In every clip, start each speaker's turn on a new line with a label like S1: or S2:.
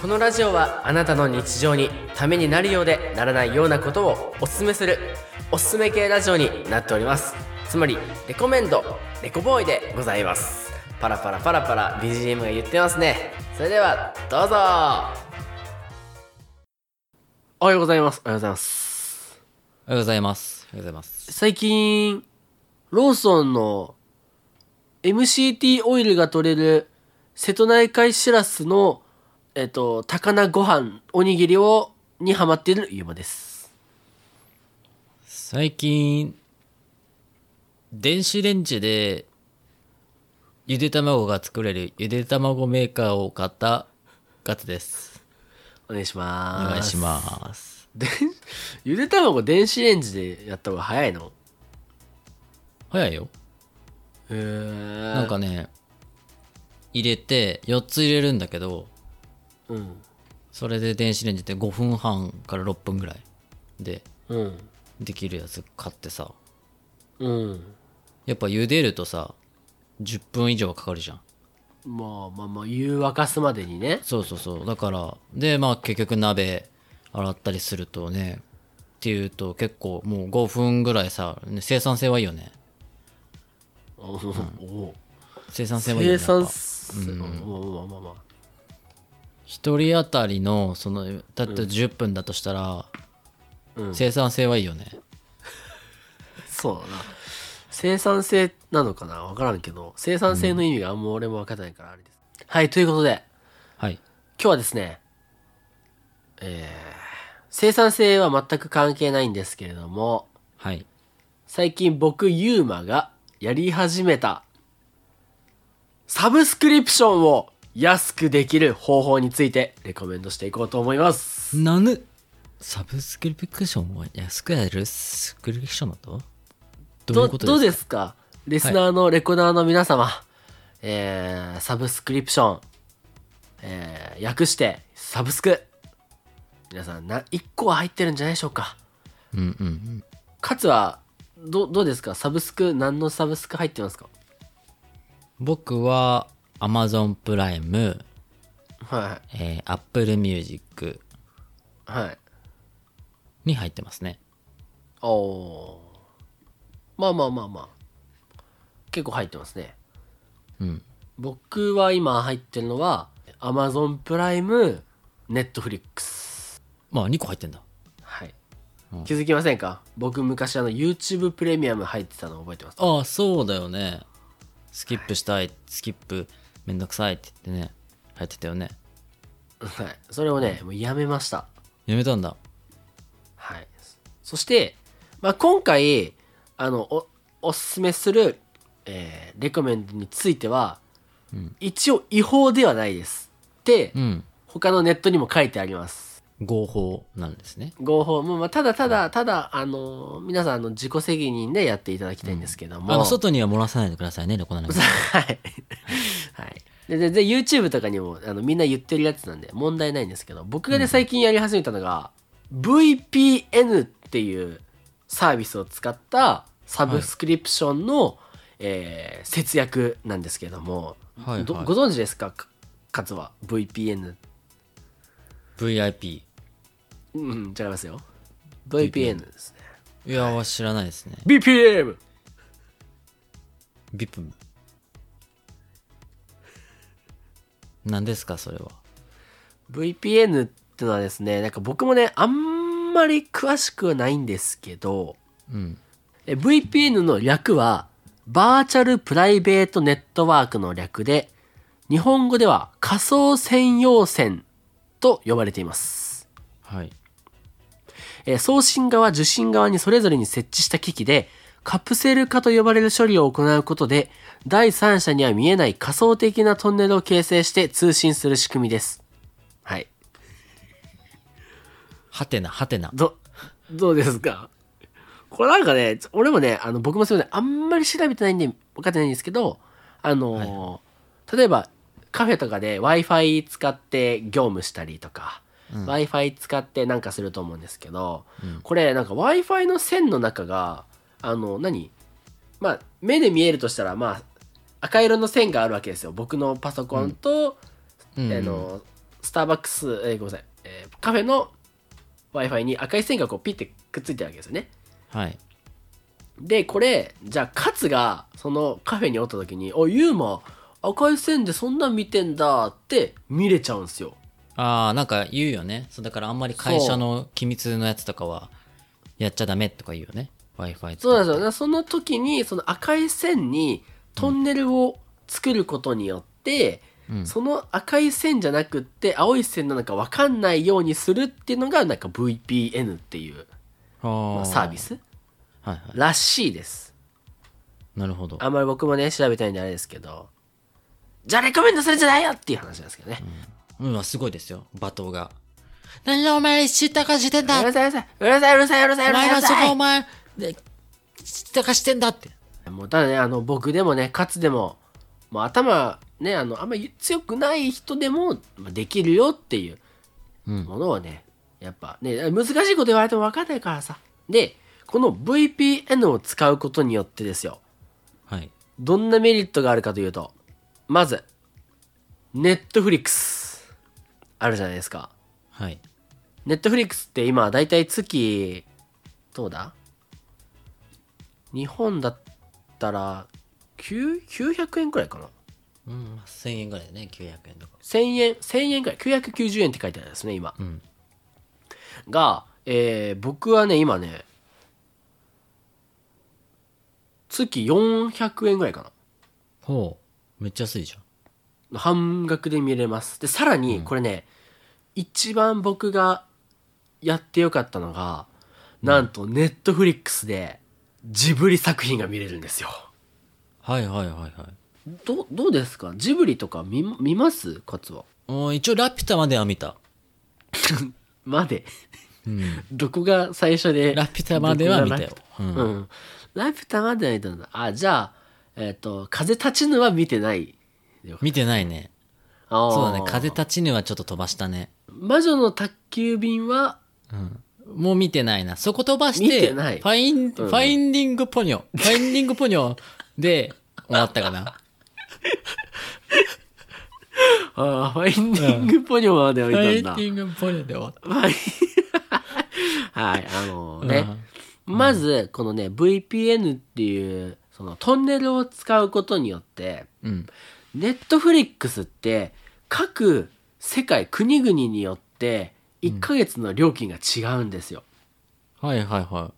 S1: このラジオはあなたの日常にためになるようでならないようなことをおすすめするおすすめ系ラジオになっておりますつまりレコメンドレコボーイでございますパラパラパラパラ BGM が言ってますねそれではどうぞおはようございますおはようございます
S2: おはようございます。おはようございます。
S1: 最近ローソンの MCT オイルが取れる瀬戸内海しらすの、えっと、高菜ご飯おにぎりをにハマっているゆうまです
S2: 最近、電子レンジで、ゆで卵が作れるゆで卵メーカーを買ったガツです。
S1: お願いしま
S2: お
S1: す
S2: 願いし
S1: す
S2: ます。
S1: ゆで卵電子レンジでやった方が早いの
S2: 早いよ。
S1: へえ
S2: なんかね、入れて、4つ入れるんだけど、
S1: うん
S2: それで電子レンジで5分半から6分ぐらいで
S1: うん
S2: できるやつ買ってさ、
S1: うん
S2: やっぱ茹でるとさ、10分以上はかかるじゃん。
S1: まあまあまあ湯沸かすまでにね
S2: そうそうそうだからでまあ結局鍋洗ったりするとねっていうと結構もう5分ぐらいさね生産性はいいよね
S1: おお
S2: 生産性はいいよ
S1: 生
S2: ねやっ
S1: 産
S2: ぱ
S1: すまあまあまあまあ
S2: 一人当たりのそのだって10分だとしたら、
S1: うん
S2: 生産性はいいよね
S1: そうだな生産性なのかな分からんけど生産性の意味があんま俺も分かってないからあれです、はいということで
S2: はい
S1: 今日はですねえー生産性は全く関係ないんですけれども
S2: はい
S1: 最近僕ユーマがやり始めたサブスクリプションを安くできる方法についてレコメンドしていこうと思います
S2: なぬサブスクリプションを安くやるスクリプションだとどういうこと
S1: どう
S2: です
S1: ですかリスナーのレコナーの皆様、えーサブスクリプション、えー訳してサブスク皆さんな1個は入ってるんじゃないでしょうか
S2: うんうんうん
S1: かつはどどうですかサブスク何のサブスク入ってますか
S2: 僕は Amazon プライム、
S1: は
S2: えー、Apple Music
S1: いはい
S2: に入ってますね
S1: おおーまあまあまあまあ結構入ってますね
S2: うん
S1: 僕は今入ってるのは Amazon プライム Netflix
S2: まあ2個入ってんだ
S1: はい、
S2: うん
S1: 気づきませんか僕昔あの YouTube プレミアム入ってたの覚えてます
S2: ああそうだよねスキップしたい、スキップめんどくさいって言ってね入ってたよね
S1: はいそれをねもうやめました
S2: やめたんだ
S1: はいそして、まあ、今回あのおおすすめする、えーレコメンドについては、
S2: うん
S1: 一応違法ではないですで、
S2: うん
S1: 他のネットにも書いてあります
S2: 合法なんですね
S1: 合法もうまあただただただあの皆さんあの自己責任でやっていただきたいんですけども、
S2: あの外には漏らさないでくださいねレコナナが
S1: はい。はい。で、で、で YouTube とかにも、あの、みんな言ってるやつなんで、問題ないんですけど、僕がね、最近やり始めたのが、VPN っていうサービスを使ったサブスクリプションの、えー節約なんですけども、
S2: はいはい
S1: どご存知ですかかかつは VPN。
S2: VIP
S1: うん、違いますよ。VPN ですね。
S2: いやは知らないですね
S1: BPM!
S2: VIP 何ですかそれは
S1: VPN ってのはですね、なんか僕もね、あんまり詳しくはないんですけど、
S2: うん
S1: え VPN の略はバーチャルプライベートネットワークの略で日本語では仮想専用線と呼ばれています、
S2: はい
S1: えー送信側受信側にそれぞれに設置した機器でカプセル化と呼ばれる処理を行うことで第三者には見えない仮想的なトンネルを形成して通信する仕組みですはい
S2: はてなはてな
S1: ど、どうですかこれなんかね、ちょ俺もね、あの、僕もそういうのあんまり調べてないんで分かってないんですけど、あのー例えばカフェとかで Wi-Fi 使って業務したりとか、Wi-Fi 使ってなんかすると思うんですけど、これなんか Wi-Fi の線の中が、あの、何まあ、目で見えるとしたら、まあ、赤色の線があるわけですよ。僕のパソコンと、
S2: うん
S1: あの、スターバックス、えーごめんなさい、えーカフェの Wi-Fi に赤い線がこうピッてくっついてるわけですよね。
S2: はい
S1: で、これ、じゃあ、カツが、そのカフェにおった時に、お、ユーマ、赤い線でそんなん見てんだって見れちゃうんですよ。
S2: ああなんか言うよねそうだからあんまり会社の機密のやつとかはやっちゃダメとか言うよね w i f i
S1: そうなんですよ。だからその時に、その赤い線にトンネルを作ることによって、
S2: うん
S1: その赤い線じゃなくって青い線なのか分かんないようにするっていうのがなんか VPN っていうまあサービ
S2: ス
S1: ス
S2: はいは
S1: らしいです。
S2: いなるほど
S1: あんまり僕もね、調べたいんであれですけど。じゃあレコメンドするんじゃないよっていう話なんですけどね。
S2: うんまあすごいですよ罵倒が何でお前知ったかしてんだ
S1: うるさいうるさい、うるさい、うるさい、うるさい、
S2: お
S1: うるさい、
S2: 前
S1: う
S2: は
S1: る
S2: そ
S1: さ
S2: こお
S1: い。
S2: 前で知ったかしてんだって
S1: もうただね、あの、僕でもね、かつでも、もう頭、ね、あの、あんまり強くない人でもまあできるよっていう。
S2: うん
S1: ものをね、やっぱね、難しいこと言われても分かんないからさ。で、この VPN を使うことによってですよ、
S2: はい
S1: どんなメリットがあるかというと、まず、Netflix あるじゃないですか。
S2: はい
S1: Netflix って今、だいたい月、どうだ日本だったら、9 900円くらいかな。
S2: うんまあ1000円ぐらいだね900円とか
S1: 1000円、1000円くらい、990円って書いてあるんですね、今。
S2: うん
S1: が、えー僕はね今ね月400円ぐらいか
S2: ほうめっちゃ安いじゃん
S1: な半額で見れますでさらにこれね、一番僕がやってよかったのがなんとネットフリックスでジブリ作品が見れるんですよ
S2: はいはいはいはい
S1: どどうですかジブリとか見見ますかつは
S2: うん一応ラピュタまでは見た
S1: まで
S2: うん
S1: どこが最初で
S2: ラピュタまでは見た
S1: ど
S2: よ
S1: こがラピュタ
S2: うん
S1: うん。ラピュタまでは見たんだ。あ、じゃあ、えっ、と、風立ちぬは見てない。
S2: 見てないね
S1: あー
S2: そうだね風立ちぬはちょっと飛ばしたね
S1: 魔女の宅急便は、
S2: うんもう見てないな。そこ飛ばして、
S1: 見てない
S2: ファイン、
S1: うん
S2: ファインディングポニョ。ファインディングポニョで終わったかな。
S1: ああ、ファインディングポニョまでは
S2: ファ
S1: 見
S2: インデ
S1: たんだ。
S2: ィングポニョで終わっ
S1: はい。はい、あの
S2: た。
S1: ね。まず、このね、VPN っていう、そのトンネルを使うことによって、
S2: うん。うん。
S1: ネットフリックスって、各世界、国々によって、1ヶ月の料金が違うんですよ。
S2: はいはいは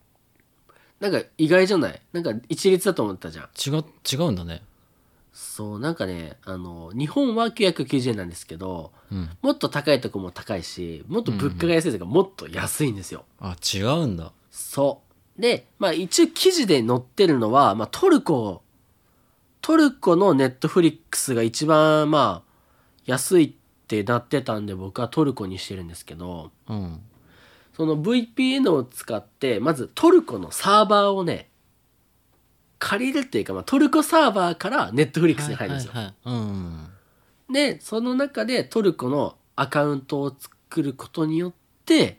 S1: なんか意外じゃないなんか一律だと思ったじゃん。
S2: い。違う、違うんだね。
S1: そう、なんかね、あの、日本は990円なんですけど、
S2: うん。
S1: もっと高いとこも高いし、もっと物価が安いとかもっと安いんですよ。
S2: あ、違うんだ。
S1: そう。で、まあ一応記事で載ってるのは、まあトルコ、トルコのネットフリックスが一番まあ安いってなってたんで僕はトルコにしてるんですけど、
S2: うん。
S1: その VPN を使って、まずトルコのサーバーをね、借りるっていうか、まあ、トルコサーバーからネットフリックスに入るんですよ。
S2: はいはいはい。うん。
S1: で、その中でトルコのアカウントを作ることによって、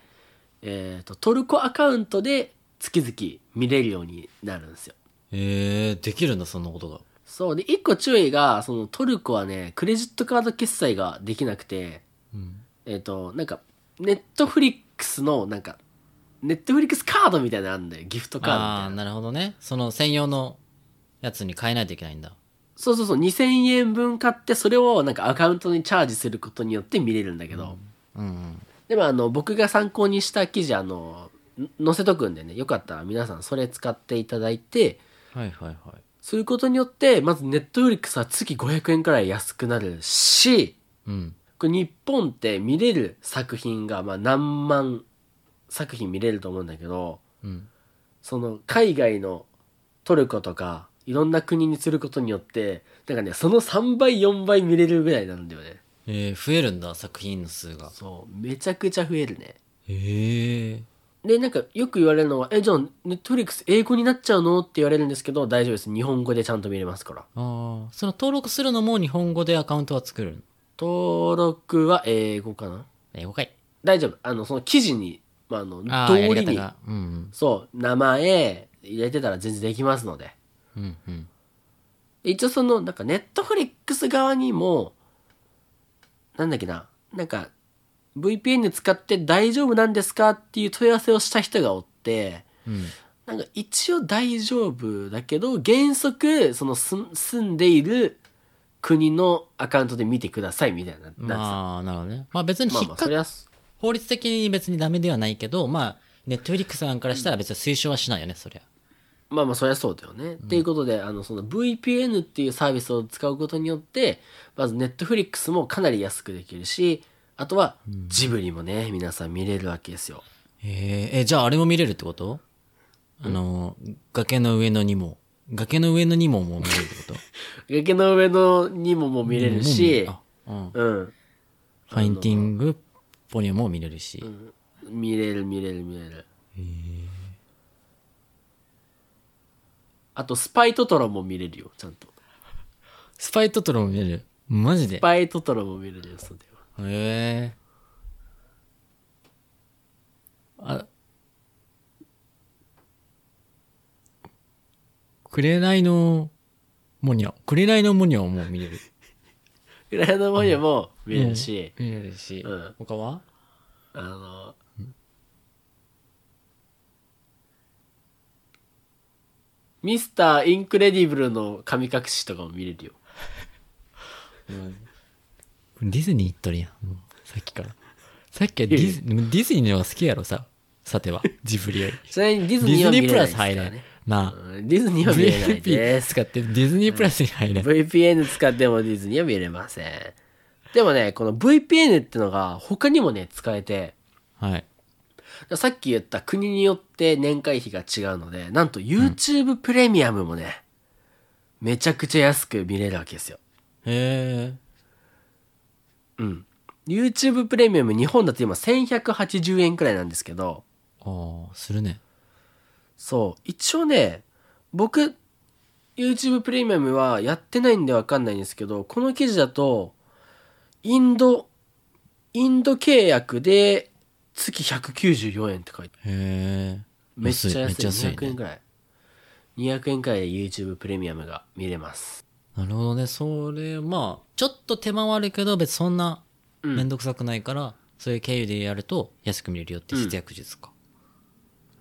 S1: えっ、と、トルコアカウントで月々見れるようになるんですよ。
S2: えー、できるんだ、そんなことが。
S1: そう。で、一個注意が、そのトルコはね、クレジットカード決済ができなくて、
S2: うん。
S1: えっ、と、なんか、ネットフリックスの、なんか、ネットフリックスカードみたいなのあるんだよ。ギフトカードみたい
S2: あ
S1: な
S2: あー、。なるほどね。その専用のやつに変えないといけないんだ。
S1: そうそうそう、2000円分買って、それをなんかアカウントにチャージすることによって見れるんだけど、
S2: うんうん。
S1: でもあの、僕が参考にした記事、あの、ん載せとくんでね、よかったら皆さんそれ使っていただいて、
S2: はいはいはい。
S1: そういうことによって、まずネットフリックスは月500円くらい安くなるし、
S2: うん。
S1: これ日本って見れる作品が、まあ何万作品見れると思うんだけど、
S2: うん。
S1: その海外のトルコとかいろんな国にすることによってなんかねその3倍4倍見れるぐらいなんだよね
S2: えー、増えるんだ、作品の数が。
S1: そうめちゃくちゃ増えるね
S2: へえ。
S1: でなんかよく言われるのは「えじゃあネットフリックス英語になっちゃうの?」って言われるんですけど大丈夫です日本語でちゃんと見れますから
S2: ああ、その登録するのも日本語でアカウントは作るの
S1: 登録は英語かな
S2: 英語かい。
S1: 大丈夫あのその記事に、まあ、あの
S2: ああ、
S1: 通
S2: やり
S1: り
S2: 方
S1: に
S2: が。うんうん。
S1: そう名前入れてたら全然できますので
S2: うんうん
S1: 一応そのなんかネットフリックス側にもなんだっけななんか VPN 使って大丈夫なんですかっていう問い合わせをした人がおって
S2: うん
S1: なんか一応大丈夫だけど原則その住住んでいる国のアカウントで見てくださいみたいななん
S2: まあなるほどねまあ別に
S1: つうの
S2: 引っ
S1: まあまあ
S2: か
S1: それは
S2: 法律的に別にダメではないけどまあネットフリックスさんからしたら別に推奨はしないよねそりゃ
S1: まあまあそりゃそうだよね。っていうことであのその VPN っていうサービスを使うことによってまず Netflix もかなり安くできるしあとはジブリもね皆さん見れるわけですよ。
S2: えー、えじゃああれも見れるってことあの崖の上のにも崖の上のにもも見れるってこと
S1: 崖の上のにもも見れるし、
S2: うんもう見れるあ
S1: うん、
S2: うん、ファインティングポニョも見れるし、
S1: 見れる見れる見れる。あとスパイトトロも見れるよちゃんと。
S2: スパイトトロも見れるマジで
S1: スパイトトロも見れるよそうだよ。
S2: へえあ紅のモニャ紅のモニャをもう見れる
S1: 裏のもにも見れるし、
S2: 見れるし、
S1: うん
S2: 他は
S1: あの、ミスターインクレディブルの神隠しとかも見れるよ。
S2: ディズニー行っとるやんもうさっきからさっきはディズディズニーの方が好きやろささてはジブリより
S1: ちなみにディ
S2: デ
S1: ズニー
S2: ィ
S1: は
S2: ズ
S1: 見
S2: ニ
S1: れ
S2: ープ
S1: ないですから
S2: ラス入れん、
S1: ね。
S2: なあ
S1: うんディズニーは見れないです。
S2: 使ってディズニープラスに入れん
S1: VPN 使ってもディズニーは見れません。でもね、この VPN ってのが他にもね、使えて、
S2: はい
S1: さっき言った国によって年会費が違うので、なんと YouTube プレミアムもね、めちゃくちゃ安く見れるわけですよ。
S2: へえ
S1: うん。YouTube プレミアム日本だと今1180円くらいなんですけど、
S2: ああするね
S1: そう、一応ね、僕、YouTube プレミアムはやってないんでわかんないんですけど、この記事だと、インド、インド契約で月194円って書いてある
S2: へえ。
S1: めっちゃ安い。
S2: めっちゃ安いね
S1: 200円くらい。200円くらいで YouTube プレミアムが見れます。
S2: なるほどね。それ、まあ、ちょっと手間はあるけど、別にそんな、
S1: うん
S2: めんどくさくないから、そういう経由でやると、安く見れるよって節約術か。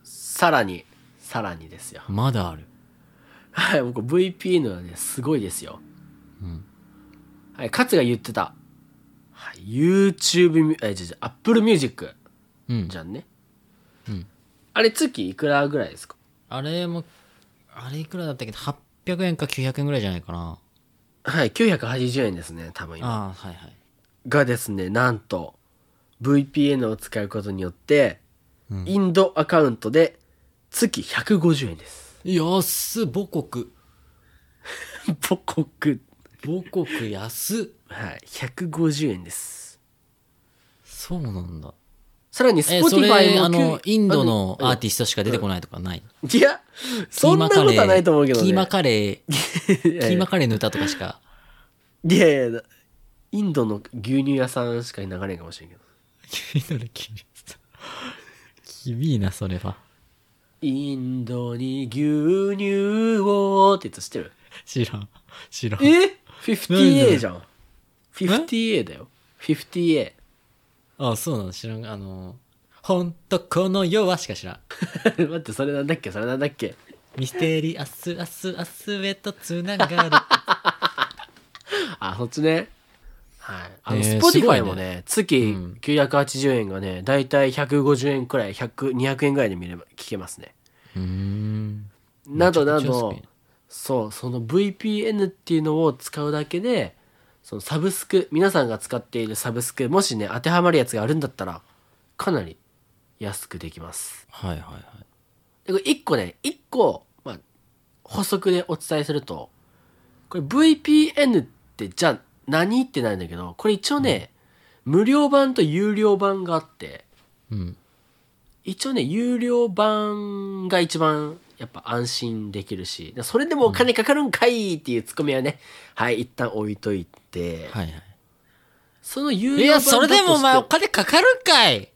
S1: さらに、さらにですよ。
S2: まだある。
S1: はい、僕 VPN はね、すごいですよ。はい、勝が言ってた。はい、YouTube ミュ、え、じゃじゃ、Apple Music
S2: うん
S1: じ。ゃんね。
S2: うん
S1: あれ、月いくらぐらいですか
S2: あれも、あれいくらだったっけど、800円か900円ぐらいじゃないかな。
S1: はい、980円ですね、多分今。
S2: ああ、はいはい。
S1: がですね、なんと、VPN を使うことによって、インドアカウントで月150円 です。
S2: 安っ母国。
S1: 母国。
S2: 母国安っ。
S1: はい、150円です。
S2: そうなんだ。
S1: さらに Spotify
S2: え、
S1: も
S2: それ、あの
S1: 9、
S2: インドの
S1: あ
S2: アーティストしか出てこないとかない。
S1: いや、そんなことはないと思うけどね。
S2: キーマカレー、キー マ
S1: い
S2: カレーの歌とかしか。
S1: やいやいや、インドの牛乳屋さんしか流れないかもしれんけど。
S2: 君の歴史厳いな、それは。
S1: インドに牛乳をってやつ知ってる
S2: 知らん。知らん。
S1: え ?50A
S2: 何
S1: じゃん。50A だよ。50A。
S2: あ、そうなの、知らん。あの、ほんとこの世はしか知らん。
S1: 待って、それなんだっけそれなんだっけ
S2: ミステ リアス、アス、アスへとつながる。
S1: あ、そっちね。はい。あの、
S2: えー
S1: Spotify
S2: すご
S1: も
S2: い
S1: ね、月
S2: うん
S1: 980円がね、だいたい150円くらい、100、200円くらいで見れば、聞けますね。
S2: うーん。
S1: などな
S2: めちゃくちゃ安
S1: ど
S2: くね、
S1: そう、その VPN っていうのを使うだけで、そのサブスク、皆さんが使っているサブスク、もしね、当てはまるやつがあるんだったら、かなり安くできます。
S2: はいはいはい。
S1: で、これ1個ね、1個、まあ、補足でお伝えすると、これ VPN ってじゃあ何ってなるんだけど、これ一応ね、無料版と有料版があって、
S2: うん。
S1: 一応ね、有料版が一番やっぱ安心できるし、それでもお金かかるんかいっていうツッコミはね、はい、一旦置いといて、
S2: はいはい。
S1: その有
S2: い
S1: 料版
S2: や、
S1: だとして
S2: それでもお前お金かかるんかい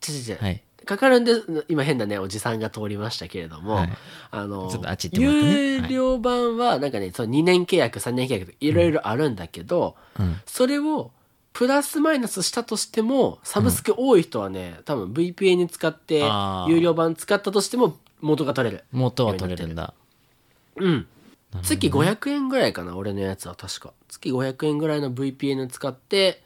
S1: ちょちょちょ
S2: はい。
S1: かかるんです今変なねおじさんが通りましたけれども、
S2: はい
S1: あの
S2: ちょっとあっち行ってもらってね
S1: 有料版はなんかねその2年契約3年契約いろいろあるんだけど、
S2: うん。
S1: それをプラスマイナスしたとしてもサブスク多い人はね、多分 VPN 使って
S2: あー
S1: 有料版使ったとしても元が取れる
S2: 元は取れるんだ。
S1: うん月500円ぐらいかな俺のやつは確か月500円ぐらいの VPN 使って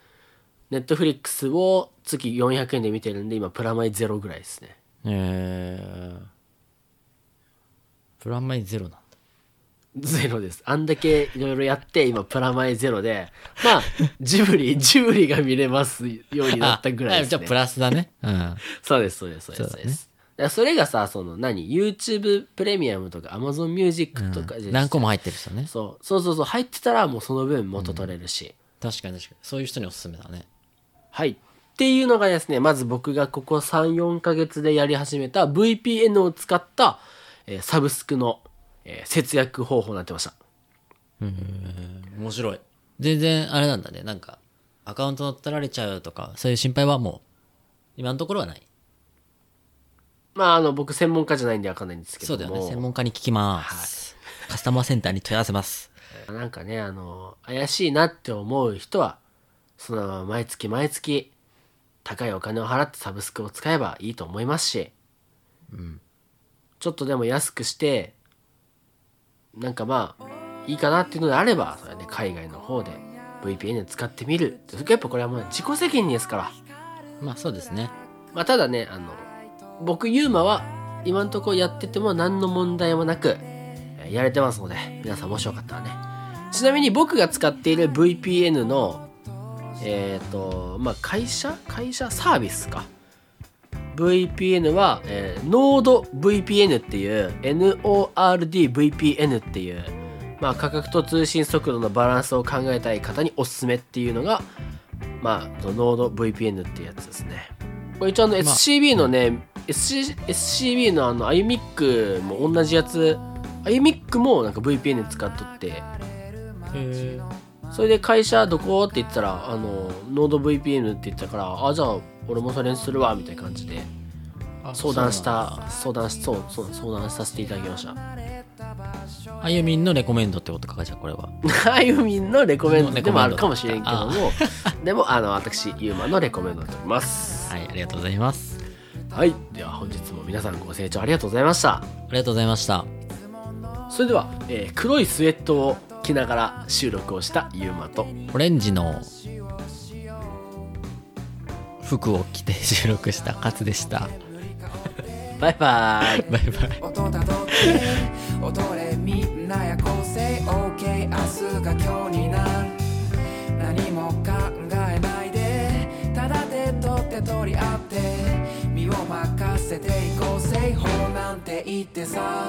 S1: ネットフリックスを月400円で見てるんで今プラマイゼロぐらいですね
S2: えー。プラマイゼロなんだ。
S1: ゼロですあんだけいろいろやって今プラマイゼロでまあジブリ ジブリが見れますようになったぐらい
S2: あ
S1: で
S2: じ
S1: す
S2: ゃあ
S1: ね
S2: プラスだね。うん。
S1: そうですそうですそうですそう
S2: そ
S1: う
S2: だね
S1: ですだからそれがさその何 YouTube プレミアムとか Amazon ミュージックとかで、
S2: 何個も入ってる人ね。
S1: そうそうそうそう入ってたらもうその分元取れるし、
S2: 確かに確かに。そういう人におすすめだね。
S1: はいっていうのがですねまず僕がここ34ヶ月でやり始めた VPN を使った、えーサブスクの、えー節約方法になってました
S2: 面白い。全然あれなんだね。なんか、アカウント乗っ取られちゃうとか、そういう心配はもう、今のところはない。
S1: まああの僕専門家じゃないんでわかんないんですけ
S2: そ
S1: ど
S2: うだよ
S1: も
S2: ね。専門家に聞きます。カスタマーセンターに問い合わせます。
S1: なんかね、あの、怪しいなって思う人は、その、毎月毎月、高いお金を払ってサブスクを使えばいいと思いますし、ちょっとでも安くして、なんかまあ、いいかなっていうのであれば、それはね、海外の方で VPN を使ってみる。それやっぱこれはもう自己責任ですから。
S2: まあそうですね。
S1: まあ、ただね、あの、僕、ユーマは、今んとこやってても何の問題もなく、えーやれてますので、皆さんもしよかったらね。ちなみに僕が使っている VPN の、えっ、と、まあ、会社会社サービスか。VPN は、えー、NordVPN っていう NORDVPN っていう、まあ、価格と通信速度のバランスを考えたい方におすすめっていうのが、まあ、NordVPN っていうやつですね。これ一応あの SCB のね、SC SCB のあの iMic も同じやつ iMic もなんか VPN 使っとってそれで会社どこって言ったらあのノード VPN って言ったからあじゃあ俺もそれにするわみたいな感じで相談した相談しそうそう相談させていただきました
S2: あゆみんのレコメンドってことか、じゃあこ れは。
S1: あゆみんのレコメンドでもある
S2: レコメンド
S1: かもしれんけども でもあの私ユーマのレコメンドになっております
S2: はい、ありがとうございます。
S1: はいでは本日も皆さんご清聴ありがとうございました
S2: ありがとうございました。
S1: それでは、えー黒いスウェットを着ながら収録をしたユーマと
S2: オレンジの服を着て収録したカツでした。
S1: バイバイ
S2: バイバイ。
S3: 音たどって踊れみんなや構成 OK 明日が今日になる何も考えないでただ手取って取り合って身を任せていこうせいほうなんて言ってさ